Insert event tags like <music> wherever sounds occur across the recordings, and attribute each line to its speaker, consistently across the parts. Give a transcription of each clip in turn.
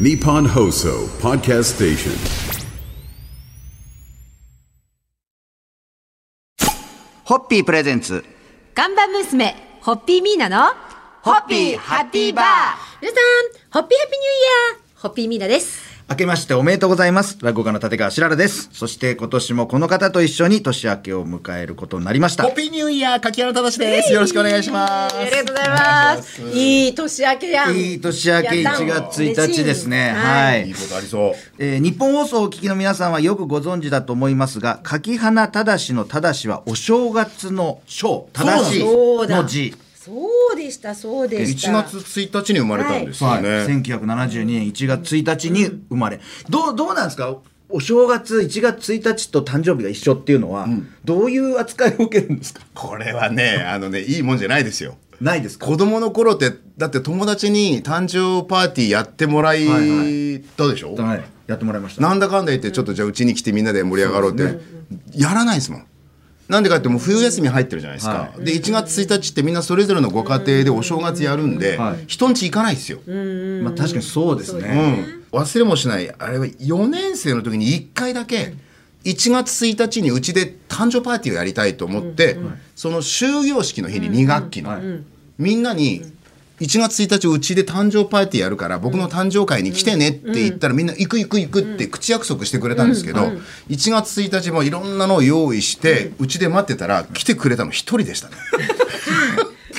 Speaker 1: Nippon Hoso Podcast Station.
Speaker 2: ホッピープレゼンツ。
Speaker 3: ガンバ娘、ホッピーミーナの、
Speaker 2: ホッピーハッピーバー
Speaker 3: 皆さん、ホッピーハッピーニューイヤーホッピーミーナです。
Speaker 2: 明けましておめでとうございます。落語家の立川しららです。そして今年もこの方と一緒に年明けを迎えることになりました
Speaker 4: ポ。ピニューイヤー柿原正です。よろしくお願いします。
Speaker 3: ありがとうございます。いい年明けやん。
Speaker 2: いい年明け
Speaker 3: やっ
Speaker 2: 1
Speaker 3: たん
Speaker 2: 月1日ですね。はいい
Speaker 4: い。ことありそう。
Speaker 2: えー日本放送をお聞きの皆さんはよくご存知だと思いますが、柿花正の正はお正月の正、正しい
Speaker 3: そうだ
Speaker 2: の字。
Speaker 3: そうでした、そうでし
Speaker 4: 1
Speaker 3: た。
Speaker 4: 月1日に生まれたんです
Speaker 2: は
Speaker 4: よ
Speaker 2: い、
Speaker 4: ね。
Speaker 2: 1972年1月1日に生まれ、どうどうなんですかお正月1月1日と誕生日が一緒っていうのは、どういう扱いを受けるんですか
Speaker 4: これはね、あのね、いいもんじゃないですよ。
Speaker 2: ないですか
Speaker 4: 子供の頃って、だって友達に誕生パーティーやってもらい
Speaker 2: はい
Speaker 4: たでしょ、
Speaker 2: はいやってもらいました
Speaker 4: なんだかんだ言って、ちょっとじゃあうちに来てみんなで盛り上がろうって、やらないですもん。なんでかってもう冬休み入ってるじゃないですか、
Speaker 2: は
Speaker 4: で1月1日ってみんなそれぞれのご家庭でお正月やるんで、
Speaker 2: はい
Speaker 4: 人んち行かないですよ、
Speaker 2: まあ、確かにそうですね
Speaker 4: うん、忘れもしないあれは4年生の時に1回だけ1月1日にうちで誕生パーティーをやりたいと思って、その終業式の日に2学期の、みんなに1月1日うちで誕生パーティーやるから僕の誕生会に来てねって言ったらみんな行く行く行くって口約束してくれたんですけど1月1日もいろんなのを用意してうちで待ってたら来てくれたの1人でしたね。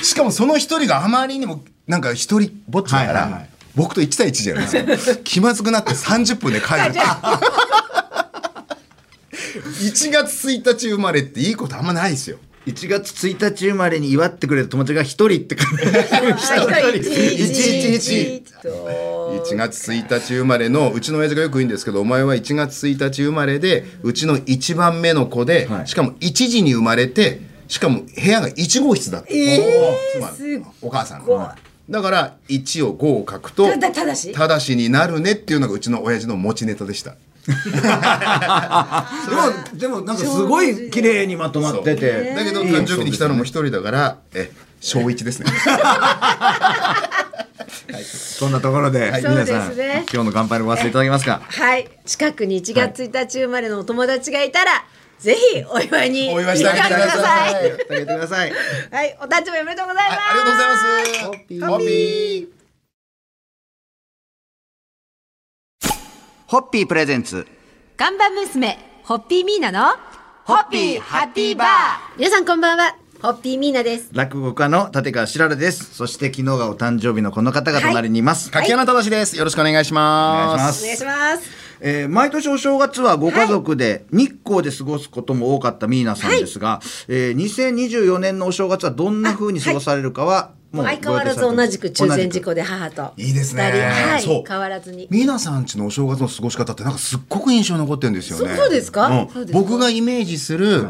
Speaker 4: しかもその一人があまりにもなんか一人ぼっちだ
Speaker 2: は
Speaker 4: から、
Speaker 2: いはいはい
Speaker 4: 僕と1対1じゃない
Speaker 2: <laughs>
Speaker 4: ですか気まずくなって30分で帰る <laughs> 1月1日生まれっていいことあんまないですよ
Speaker 2: 1月1日生まれに祝ってくれた友達が1人って感じ
Speaker 3: はい一
Speaker 4: 一
Speaker 3: 日
Speaker 4: 日
Speaker 3: 一日と
Speaker 4: 1月1日生まれのうちの親父がよく言うんですけどお前は1月1日生まれでうちの1番目の子で、
Speaker 2: はい
Speaker 4: しかも1時に生まれてしかも部屋が1号室だって、
Speaker 3: えー
Speaker 4: まあ
Speaker 3: すっごい
Speaker 4: お母さんがだから1を5を書くと
Speaker 3: ただただし
Speaker 4: だしになるねっていうのがうちの親父の持ちネタでした
Speaker 2: でもでもなんかすごい綺麗にまとまってて
Speaker 4: だけど誕生日に来たのも一人だから、え小一ですね
Speaker 2: そんなところで、皆さ
Speaker 3: そ
Speaker 2: ん、
Speaker 3: うですね
Speaker 2: 今日の乾杯のご忘れいただけますか
Speaker 3: はい近くに1月1日生まれのお友達がいたら、ぜひお祝いに
Speaker 4: お祝いしてあげてくだ
Speaker 3: 行って
Speaker 4: さい
Speaker 3: くだ
Speaker 4: は
Speaker 3: さい
Speaker 2: あげてください
Speaker 3: はいお誕生日おめでとうございます、
Speaker 4: ありがとうございます
Speaker 2: ホッピー
Speaker 4: ホッピー
Speaker 2: ホッピープレゼンツ
Speaker 3: ガンバ娘、ホッピーミーナの、
Speaker 2: ホッピーハッピーバー
Speaker 3: 皆さんこんばんは、ホッピーミーナです。
Speaker 2: 落語家の立川しららですそして昨日がお誕生日のこの方が隣にいます、
Speaker 4: 柿原正ですよろしくお願いします
Speaker 2: お願いしま
Speaker 3: お
Speaker 2: す
Speaker 3: 願いします。
Speaker 2: えー毎年お正月はご家族で日光で過ごすことも多かったミーナさんですが、えー2024年のお正月はどんな風に過ごされるかはもう
Speaker 3: 相変わらず同じく中禅寺湖で母と。
Speaker 4: いいですね
Speaker 3: 二人は
Speaker 4: そ、
Speaker 3: いう変わらずに。
Speaker 4: 皆さんちのお正月の過ごし方ってなんかすっごく印象に残ってるんですよね
Speaker 3: そそうですか
Speaker 4: ん
Speaker 3: そうですか
Speaker 4: 僕がイメージする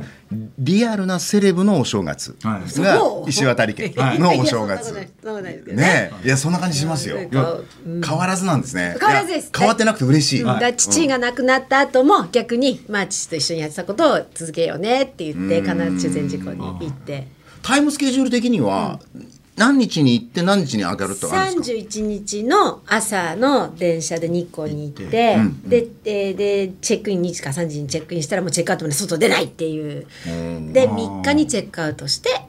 Speaker 4: リアルなセレブのお正月が
Speaker 2: はい
Speaker 3: そう
Speaker 4: 石渡家のお正月
Speaker 3: <laughs> いやそんなことないそんなことないですけどね。
Speaker 4: ねえいやそんな感じしますよ
Speaker 3: なん
Speaker 4: 変
Speaker 3: か
Speaker 4: わらずなんですね
Speaker 3: 変わらずです
Speaker 4: いや変わってなくて嬉しい
Speaker 3: だから父が亡くなった後も逆にまあ父と一緒にやってたことを続けようねって言って必ず中禅寺湖に行って
Speaker 4: タイムスケジュール的には、何日に行って何日に上がるとかあるんですか
Speaker 3: 31日の朝の電車で日光に行って、でででチェックイン2時か3時にチェックインしたらもうチェックアウトまで外出ないっていうで3日にチェックアウトして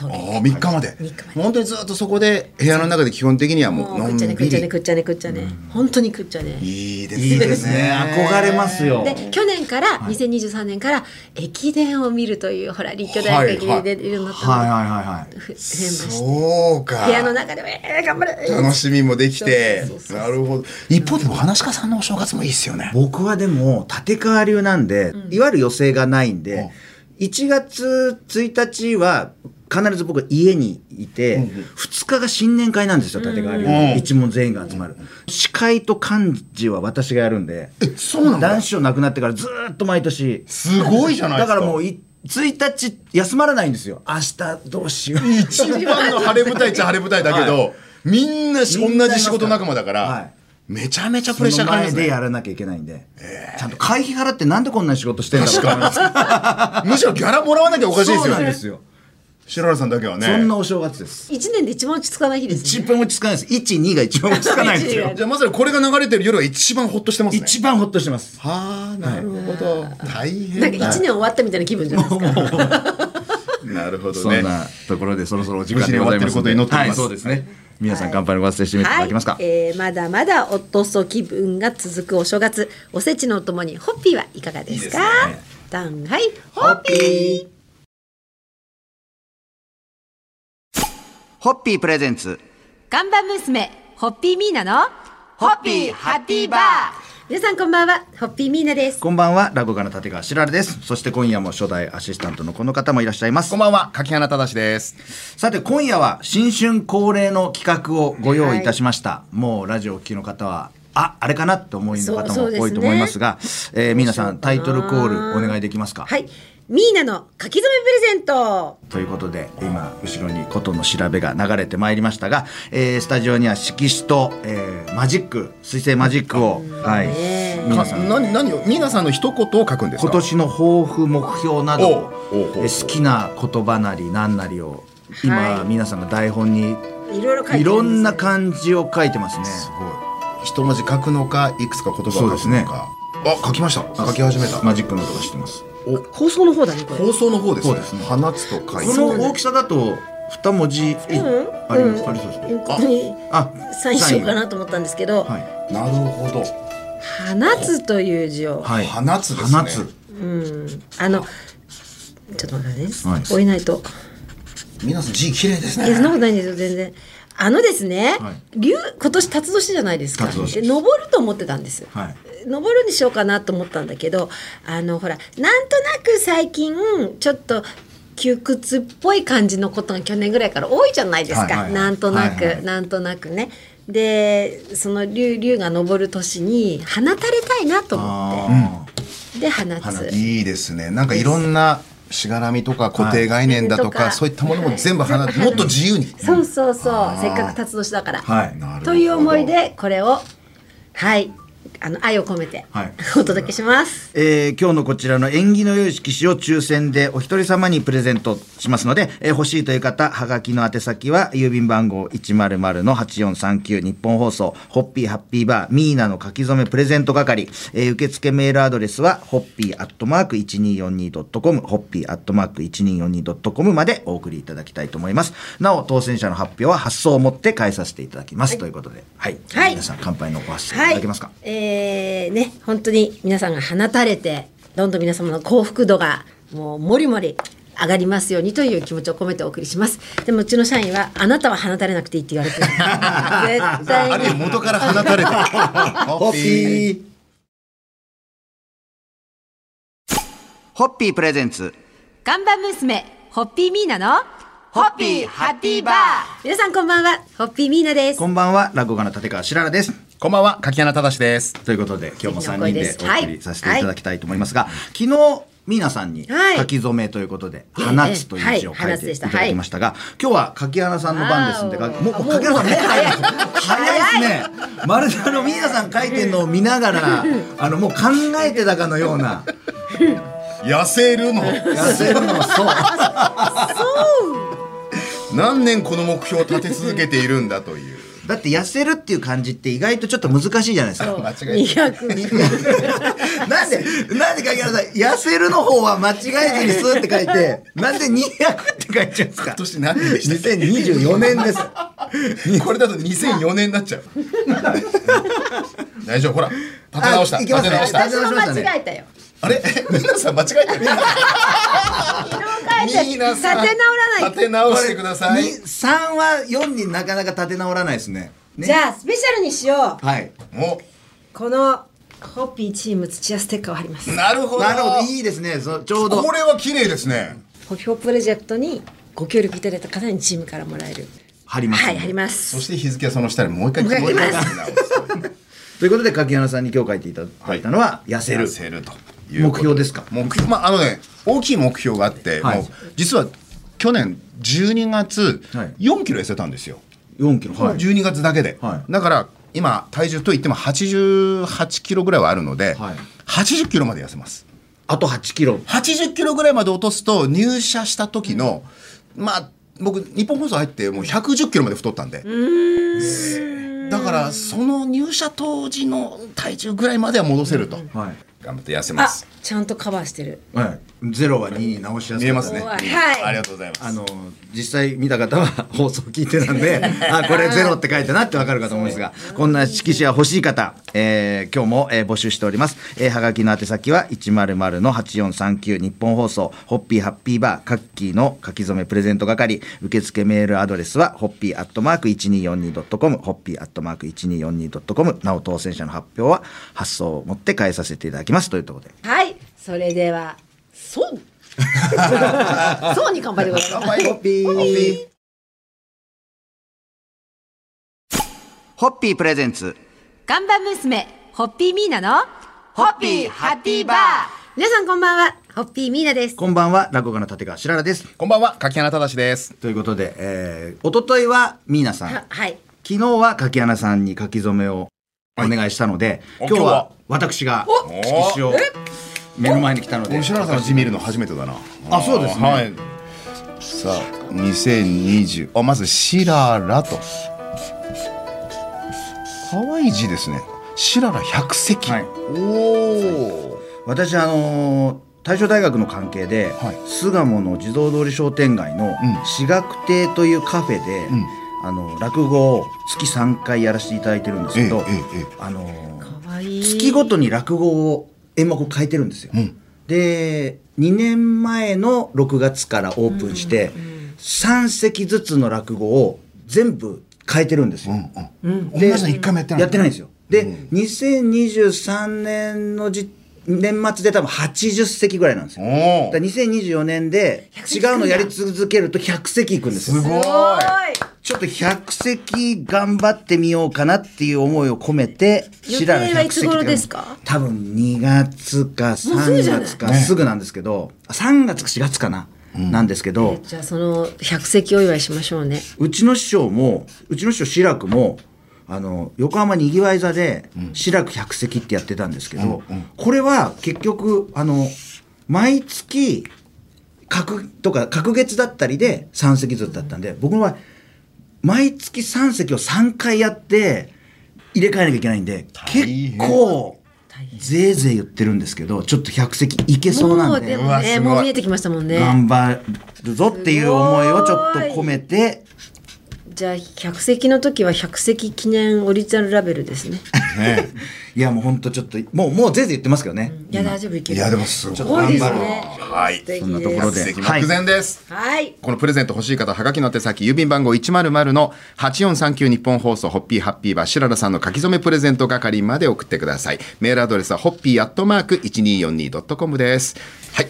Speaker 3: 東京
Speaker 4: ああ3日まで
Speaker 3: 三日まで
Speaker 4: 本当にずっとそこで部屋の中で基本的にはも
Speaker 3: も
Speaker 4: う
Speaker 3: う食
Speaker 4: のん
Speaker 3: っちゃね食
Speaker 4: び
Speaker 3: っちゃね
Speaker 4: り
Speaker 3: 食っちゃね食っちゃね本当に食っちゃね
Speaker 4: いいですね
Speaker 2: いいですね憧れますよ
Speaker 3: で去年から2023年から駅伝を見るというほら立教大学駅伝でいるのと変
Speaker 2: はい
Speaker 3: わ
Speaker 2: はいはいはい
Speaker 3: して
Speaker 4: そうか
Speaker 3: 部屋の中でもえー頑張れ
Speaker 4: 楽しみもできて
Speaker 3: そうそうそうそう
Speaker 4: なるほど一方でも話し家さんのお正月もいいですよね
Speaker 2: 僕はでも立川流なんで、いわゆる予定がないんで、1月1日は必ず僕家にいて、2日が新年会なんですよ立川流、一門全員が集まる、司会と幹事は私がやるんで
Speaker 4: えそうなんだ
Speaker 2: 男子賞亡くなってからずーっと毎年
Speaker 4: すごいじゃないで
Speaker 2: だ
Speaker 4: すか
Speaker 2: からもうい1日休まらないんですよ明日どうしよう
Speaker 4: 一番の晴れ舞台っちゃ晴れ舞台だけど、みんなし同じ仕事仲間だから、
Speaker 2: はい
Speaker 4: めちゃめちゃプ
Speaker 2: そ
Speaker 4: レッシャ
Speaker 2: の
Speaker 4: ー感
Speaker 2: 前
Speaker 4: じます
Speaker 2: で
Speaker 4: ね
Speaker 2: やらなきゃいけないんで、ちゃんと会費払ってなんでこんな仕事してんだろう
Speaker 4: <laughs> 確かにむしろギャラもらわなきゃおかしいですよ
Speaker 2: そうなん
Speaker 4: ね
Speaker 2: ですよ
Speaker 4: 白原さんだけはね
Speaker 2: そんなお正月です。
Speaker 3: 一年で一番落ち着かない日です
Speaker 2: 一
Speaker 3: ね。
Speaker 2: 番落ち着かないです。1、2が一番落ち着かないん
Speaker 3: <laughs>
Speaker 2: ですよ。
Speaker 4: じゃあまさにこれが流れてる夜は一番ホッとしてますね
Speaker 2: 一番ほっとしてます。
Speaker 4: はあなるほど大
Speaker 3: なん
Speaker 4: 変
Speaker 3: か一年終わったみたいな気分じゃないですか。
Speaker 4: なるほど
Speaker 2: そん
Speaker 4: ね
Speaker 2: なところでそろそろお時間
Speaker 4: 無事
Speaker 2: で
Speaker 4: に終
Speaker 2: ござい
Speaker 4: わって
Speaker 2: ま
Speaker 4: る
Speaker 2: す
Speaker 4: こ
Speaker 2: の
Speaker 4: と
Speaker 2: で。
Speaker 4: を祈ってお
Speaker 2: は
Speaker 4: りま
Speaker 2: い、
Speaker 4: す
Speaker 2: そうですね。皆さん乾杯のご発声してみていただけますか。
Speaker 3: えーまだまだおっとそ気分が続くお正月、おせちのともにホッピーはいかがですか。ダンはいホッピー。
Speaker 2: ホッピープレゼンツ。
Speaker 3: 看板娘ホッピーミーナの
Speaker 2: ホッピーハッピーバー
Speaker 3: 皆さんこんばんはホッピーミーナです
Speaker 2: こんばんは、ラゴガの立川しらるです。そして今夜も初代アシスタントのこの方もいらっしゃいます。
Speaker 4: こんばんは柿花忠です
Speaker 2: さて今夜は新春恒例の企画をご用意いたしました、もうラジオを聴きの方はああれかなって思いの方も
Speaker 3: そうそうですね
Speaker 2: 多いと思いますがえー皆さんタイトルコールお願いできますか、
Speaker 3: はいミーナの書き初めプレゼント
Speaker 2: ということで今後ろに琴の調べが流れてまいりましたが、えースタジオには色紙と、えーマジック水星マジックを、はい、皆さん
Speaker 4: 何何を皆さんの一言を書くんです
Speaker 2: 今
Speaker 4: か
Speaker 2: 年の抱負目標な
Speaker 4: お
Speaker 2: ど
Speaker 4: うおうおう
Speaker 2: えー好きな言葉なり何なりを今、
Speaker 3: はい
Speaker 2: 皆さんが台本に
Speaker 3: いろいろ書いてあるです
Speaker 2: いろんな漢字を書いてますね。
Speaker 4: すごい一文字書くのかいくつか言葉を書く
Speaker 2: そう
Speaker 4: の
Speaker 2: で
Speaker 4: か、
Speaker 2: すね
Speaker 4: あ書きました書き始めた
Speaker 2: マジックの音がしてます。
Speaker 3: 放送の方だねこれ
Speaker 4: 放送の方ですね
Speaker 2: そうですね
Speaker 4: 放つと書い
Speaker 2: こ
Speaker 4: て
Speaker 2: の大きさだと二文字あり
Speaker 3: うん
Speaker 2: ます。あります
Speaker 3: うんここに
Speaker 2: あ、
Speaker 3: サインしようか
Speaker 2: サ
Speaker 3: なと思ったんですけど「
Speaker 2: イン。はい。
Speaker 4: なるほど
Speaker 3: 放つ」という字を
Speaker 2: はい。
Speaker 4: 放つですね
Speaker 2: 放つ。
Speaker 3: あのちょっと待ってね、
Speaker 2: はい
Speaker 3: 追えないと
Speaker 4: 皆さん字綺麗です
Speaker 3: いやそんな
Speaker 4: ね
Speaker 3: ことないんですよ全然あのですね、
Speaker 2: はい
Speaker 3: 竜今年辰年じゃないですか
Speaker 2: 辰年です
Speaker 3: で登ると思ってたんですよ、
Speaker 2: はい。
Speaker 3: 登るにしようかなと思ったんだけどあのほらなんとなく最近ちょっと窮屈っぽい感じのことが去年ぐらいから多いじゃないですか、
Speaker 2: はいはいはい
Speaker 3: なんとなく、
Speaker 2: はいはい
Speaker 3: なんとなくねでその竜竜が登る年に放たれたいなと思っ
Speaker 2: あ
Speaker 3: てで放つ
Speaker 4: いいですねなんかいろんなしがらみとか固定概念だとか、
Speaker 3: はい
Speaker 4: そういったものも全
Speaker 3: <laughs>
Speaker 4: 部放つもっと自由に
Speaker 3: そうそうそうせっかく辰年だから、
Speaker 2: ーはい。
Speaker 4: なるほど
Speaker 3: という思いでこれをはいあの愛を込めて
Speaker 2: はい
Speaker 3: お届けします。
Speaker 2: えー今日のこちらの縁起の良い色紙を抽選でお一人様にプレゼントしますので、えー欲しいという方、はがきの宛先は、郵便番号100-8439日本放送、ホッピーハッピーバー、ミーナの書き初めプレゼント係、えー受付メールアドレスは、ホッピーアットマーク 1242.com、ホッピーアットマーク 1242.com までお送りいただきたいと思います。なお、当選者の発表は発送をもって返させていただきます。ということで、はい。
Speaker 3: はい
Speaker 2: 皆さん乾杯のご発声い
Speaker 3: は
Speaker 2: た
Speaker 3: い、
Speaker 2: だけますか。
Speaker 3: えーね本当に皆さんが放たれてどんどん皆様の幸福度がもうもりもり上がりますようにという気持ちを込めてお送りします。でもうちの社員はあなたは放たれなくていいって言われ
Speaker 4: <laughs>
Speaker 3: てる。絶
Speaker 4: あ
Speaker 3: 対
Speaker 4: る意味
Speaker 3: に。
Speaker 4: 元から放たれてホ
Speaker 2: ホッピー。ホッピープレゼンツ。
Speaker 3: 看板娘ホッピーミーナの
Speaker 2: ホッピーハッピーバー。
Speaker 3: 皆さんこんばんはホッピーミーナです
Speaker 4: <laughs>
Speaker 2: こ。んばんは、落語家の立川しららです。
Speaker 4: こんばんは柿花忠です
Speaker 2: ということで、今日も三人でお送りさせていただきたいと思いますが、昨日、ミーナさんに
Speaker 3: はい
Speaker 2: 書き初めということで、
Speaker 3: ええ
Speaker 2: 放つという字を書いていただきましたが、今日は柿原さんの番ですんで、
Speaker 3: わ
Speaker 2: か
Speaker 3: ーお
Speaker 2: もうもう柿原さんもう早い早いですね。まるであのミーナさん書いてるのを見ながら、あのもう考えてたかのような、
Speaker 4: 痩せるの
Speaker 2: 痩せるのそう。
Speaker 4: 何年この目標を立て続けているんだという
Speaker 2: だって痩せるっていう感じって意外とちょっと難しいじゃないですか。
Speaker 4: 間違えて
Speaker 2: <laughs>
Speaker 3: 200
Speaker 2: なんで、なんで柿原さん、痩せるの方は間違えずにスーって書いて、なんで200って書いちゃうんですか
Speaker 4: <laughs> 今年何年でしたっけ
Speaker 2: 2024年です。
Speaker 4: これだと2004年になっちゃう大丈夫ほら立て直した
Speaker 2: あいけます
Speaker 4: 立
Speaker 2: ね
Speaker 4: て直し
Speaker 2: あ
Speaker 4: た
Speaker 2: 立
Speaker 3: 私も間違えたよ。
Speaker 4: あれ皆さん間違えてる
Speaker 3: 立て直らない
Speaker 4: 立て直してください
Speaker 2: に3は4になかなか立て直らないですね。ね
Speaker 3: じゃあスペシャルにしよう
Speaker 2: はい。
Speaker 4: も
Speaker 3: このホッピーチーム土屋ステッカーを貼ります
Speaker 4: うなるほど
Speaker 2: なるほど、いいですね。そちょうど
Speaker 4: こ。れは綺麗ですね
Speaker 3: ホピホプロジェクトにご協力いただいた方にチームからもらえる
Speaker 2: 貼ります、
Speaker 3: はい貼りま
Speaker 4: そ
Speaker 3: す
Speaker 4: して日付はその下にもう一回
Speaker 3: もう一回
Speaker 4: もう一回
Speaker 2: ということで、柿原さんに今日書いていただいたのは、痩せる。
Speaker 4: 痩せるという
Speaker 2: 目
Speaker 4: こと
Speaker 2: 標ですか
Speaker 4: 目標まああのね大きい目標があって、
Speaker 2: はい
Speaker 4: もう実は去年12月
Speaker 2: はい
Speaker 4: 4キロ痩せたんですよ、
Speaker 2: 4キロ。はい。
Speaker 4: 12月だけで、
Speaker 2: はい
Speaker 4: だから今体重といっても88キロぐらいはあるので、
Speaker 2: はい
Speaker 4: 80キロまで痩せます
Speaker 2: あと8キロ。
Speaker 4: 80キロぐらいまで落とすと入社した時の、まあ僕日本放送入ってもう110キロまで太ったんでだからその入社当時の体重ぐらいまでは戻せると、
Speaker 2: はい
Speaker 4: 頑張って痩せま
Speaker 3: あ
Speaker 4: す
Speaker 3: ちゃんとカバーしてる
Speaker 2: はい、ゼロは2に直しやす
Speaker 4: 見えますね、
Speaker 3: 怖いはい
Speaker 4: ありがとうございます
Speaker 2: あの実際見た方は放送聞いてたん <laughs> で、あこれゼロって書いたなってわかるかと思うんですが、こんな色紙は欲しい方、えー今日も、えー募集しております。えー、はがきの宛先は100の8439日本放送ホッピーハッピーバーカッキーの書き初めプレゼント係受付メールアドレスはホッピーアットマーク 1242.com ホッピーアットマーク 1242.com なお当選者の発表は発送をもって返させていただきますというところで。
Speaker 3: はいそれでは
Speaker 4: <laughs>
Speaker 3: そうそうに乾杯でございます
Speaker 2: ホッピーホッピープレゼンツ
Speaker 5: 看板娘、ホッピーミーナの、
Speaker 2: ホッピーハッピーバー
Speaker 3: 皆さんこんばんはホッピーミーナです
Speaker 2: こんばんは落語家の立川しららです
Speaker 4: こんばんは柿原忠です
Speaker 2: ということで、えー、一昨日はミーナさん
Speaker 3: ははい
Speaker 2: 昨日は柿穴さんに書き初めをお願いしたので、
Speaker 4: は
Speaker 2: 今
Speaker 4: い
Speaker 2: 日は
Speaker 4: お
Speaker 2: 私が色紙を目の前に来たので
Speaker 4: 吉原さんの字見るの初めてだな
Speaker 2: あそうですね
Speaker 4: はいさあ2020あまず「しらら」と可愛い字ですね「しらら百席」
Speaker 2: はい
Speaker 4: おお
Speaker 2: 私あのー大正大学の関係で、
Speaker 4: はい
Speaker 2: 巣鴨の地蔵通り商店街の
Speaker 4: ん
Speaker 2: 私学亭というカフェで、
Speaker 4: ん
Speaker 2: あの落語を月3回やらせていただいてるんですけど、
Speaker 4: ええええ
Speaker 2: あのー
Speaker 3: かわいい
Speaker 2: 月ごとに落語を演目を変えてるんですよ。で2年前の6月からオープンして、3席ずつの落語を全部変えてるんですよ。
Speaker 4: 同じの一回もやってない
Speaker 2: やってないんですよ。で、2023年のじ年末で多分80席ぐらいなんですよ。
Speaker 4: お
Speaker 2: だから
Speaker 4: ー
Speaker 2: 2024年で違うのやり続けると100席いくんですよ。
Speaker 4: すごい
Speaker 2: ちょっと100席頑張ってみようかなっていう思いを込めて、
Speaker 3: 予定はいつ頃ですか
Speaker 2: 多分2月か
Speaker 3: もうすぐ
Speaker 2: 3
Speaker 3: じゃない
Speaker 2: 月かすぐなんですけど、3月か4月かな、なんですけど、
Speaker 3: じゃあその百席お祝いしましょうね
Speaker 2: うちの師匠も、うちの師匠志らくも、あの、横浜にぎわい座で、志らく100席ってやってたんですけど、これは結局、あの、毎月、隔、とか、隔月だったりで3席ずつだったんで、僕の場合、毎月3席を3回やって、入れ替えなきゃいけないんで、
Speaker 4: 変
Speaker 2: 結構、ぜいぜい言ってるんですけど、ちょっと100席いけそうなん
Speaker 3: も
Speaker 2: で。
Speaker 3: うで
Speaker 4: う
Speaker 3: も
Speaker 4: わす
Speaker 3: ね
Speaker 4: ごい
Speaker 3: もう見えてきましたもんね
Speaker 2: 頑張るぞっていう思いをちょっと込めて
Speaker 3: じゃあ百席の時は百席記念オリジナルラベルですね
Speaker 4: ね
Speaker 2: いやもうほんとちょっともうもうぜいぜい言ってますけどね、
Speaker 3: いや大丈夫いけ
Speaker 4: い
Speaker 3: る
Speaker 4: やでもすごい
Speaker 2: ちょっと
Speaker 3: 多いです
Speaker 2: 頑
Speaker 3: ね
Speaker 4: はい
Speaker 3: 素敵
Speaker 2: そんなところで
Speaker 4: 百席目前です、
Speaker 3: はい
Speaker 4: このプレゼント欲しい方、はがきの手先、郵便番号100の8439日本放送、ホッピーハッピーバー、しららさんの書き初めプレゼント係まで送ってください。メールアドレスは、ホッピーアットマーク 1242.com です。はい。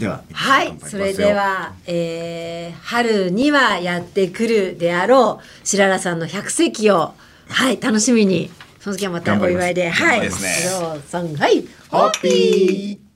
Speaker 2: では
Speaker 3: はい
Speaker 2: 乾、杯
Speaker 3: それでは、えー春にはやってくるであろう白良さんの百席をはい楽しみにその時はまたお祝いで
Speaker 2: 頑張
Speaker 3: はい
Speaker 4: ります
Speaker 3: 白良さんはいホッピー
Speaker 4: ピー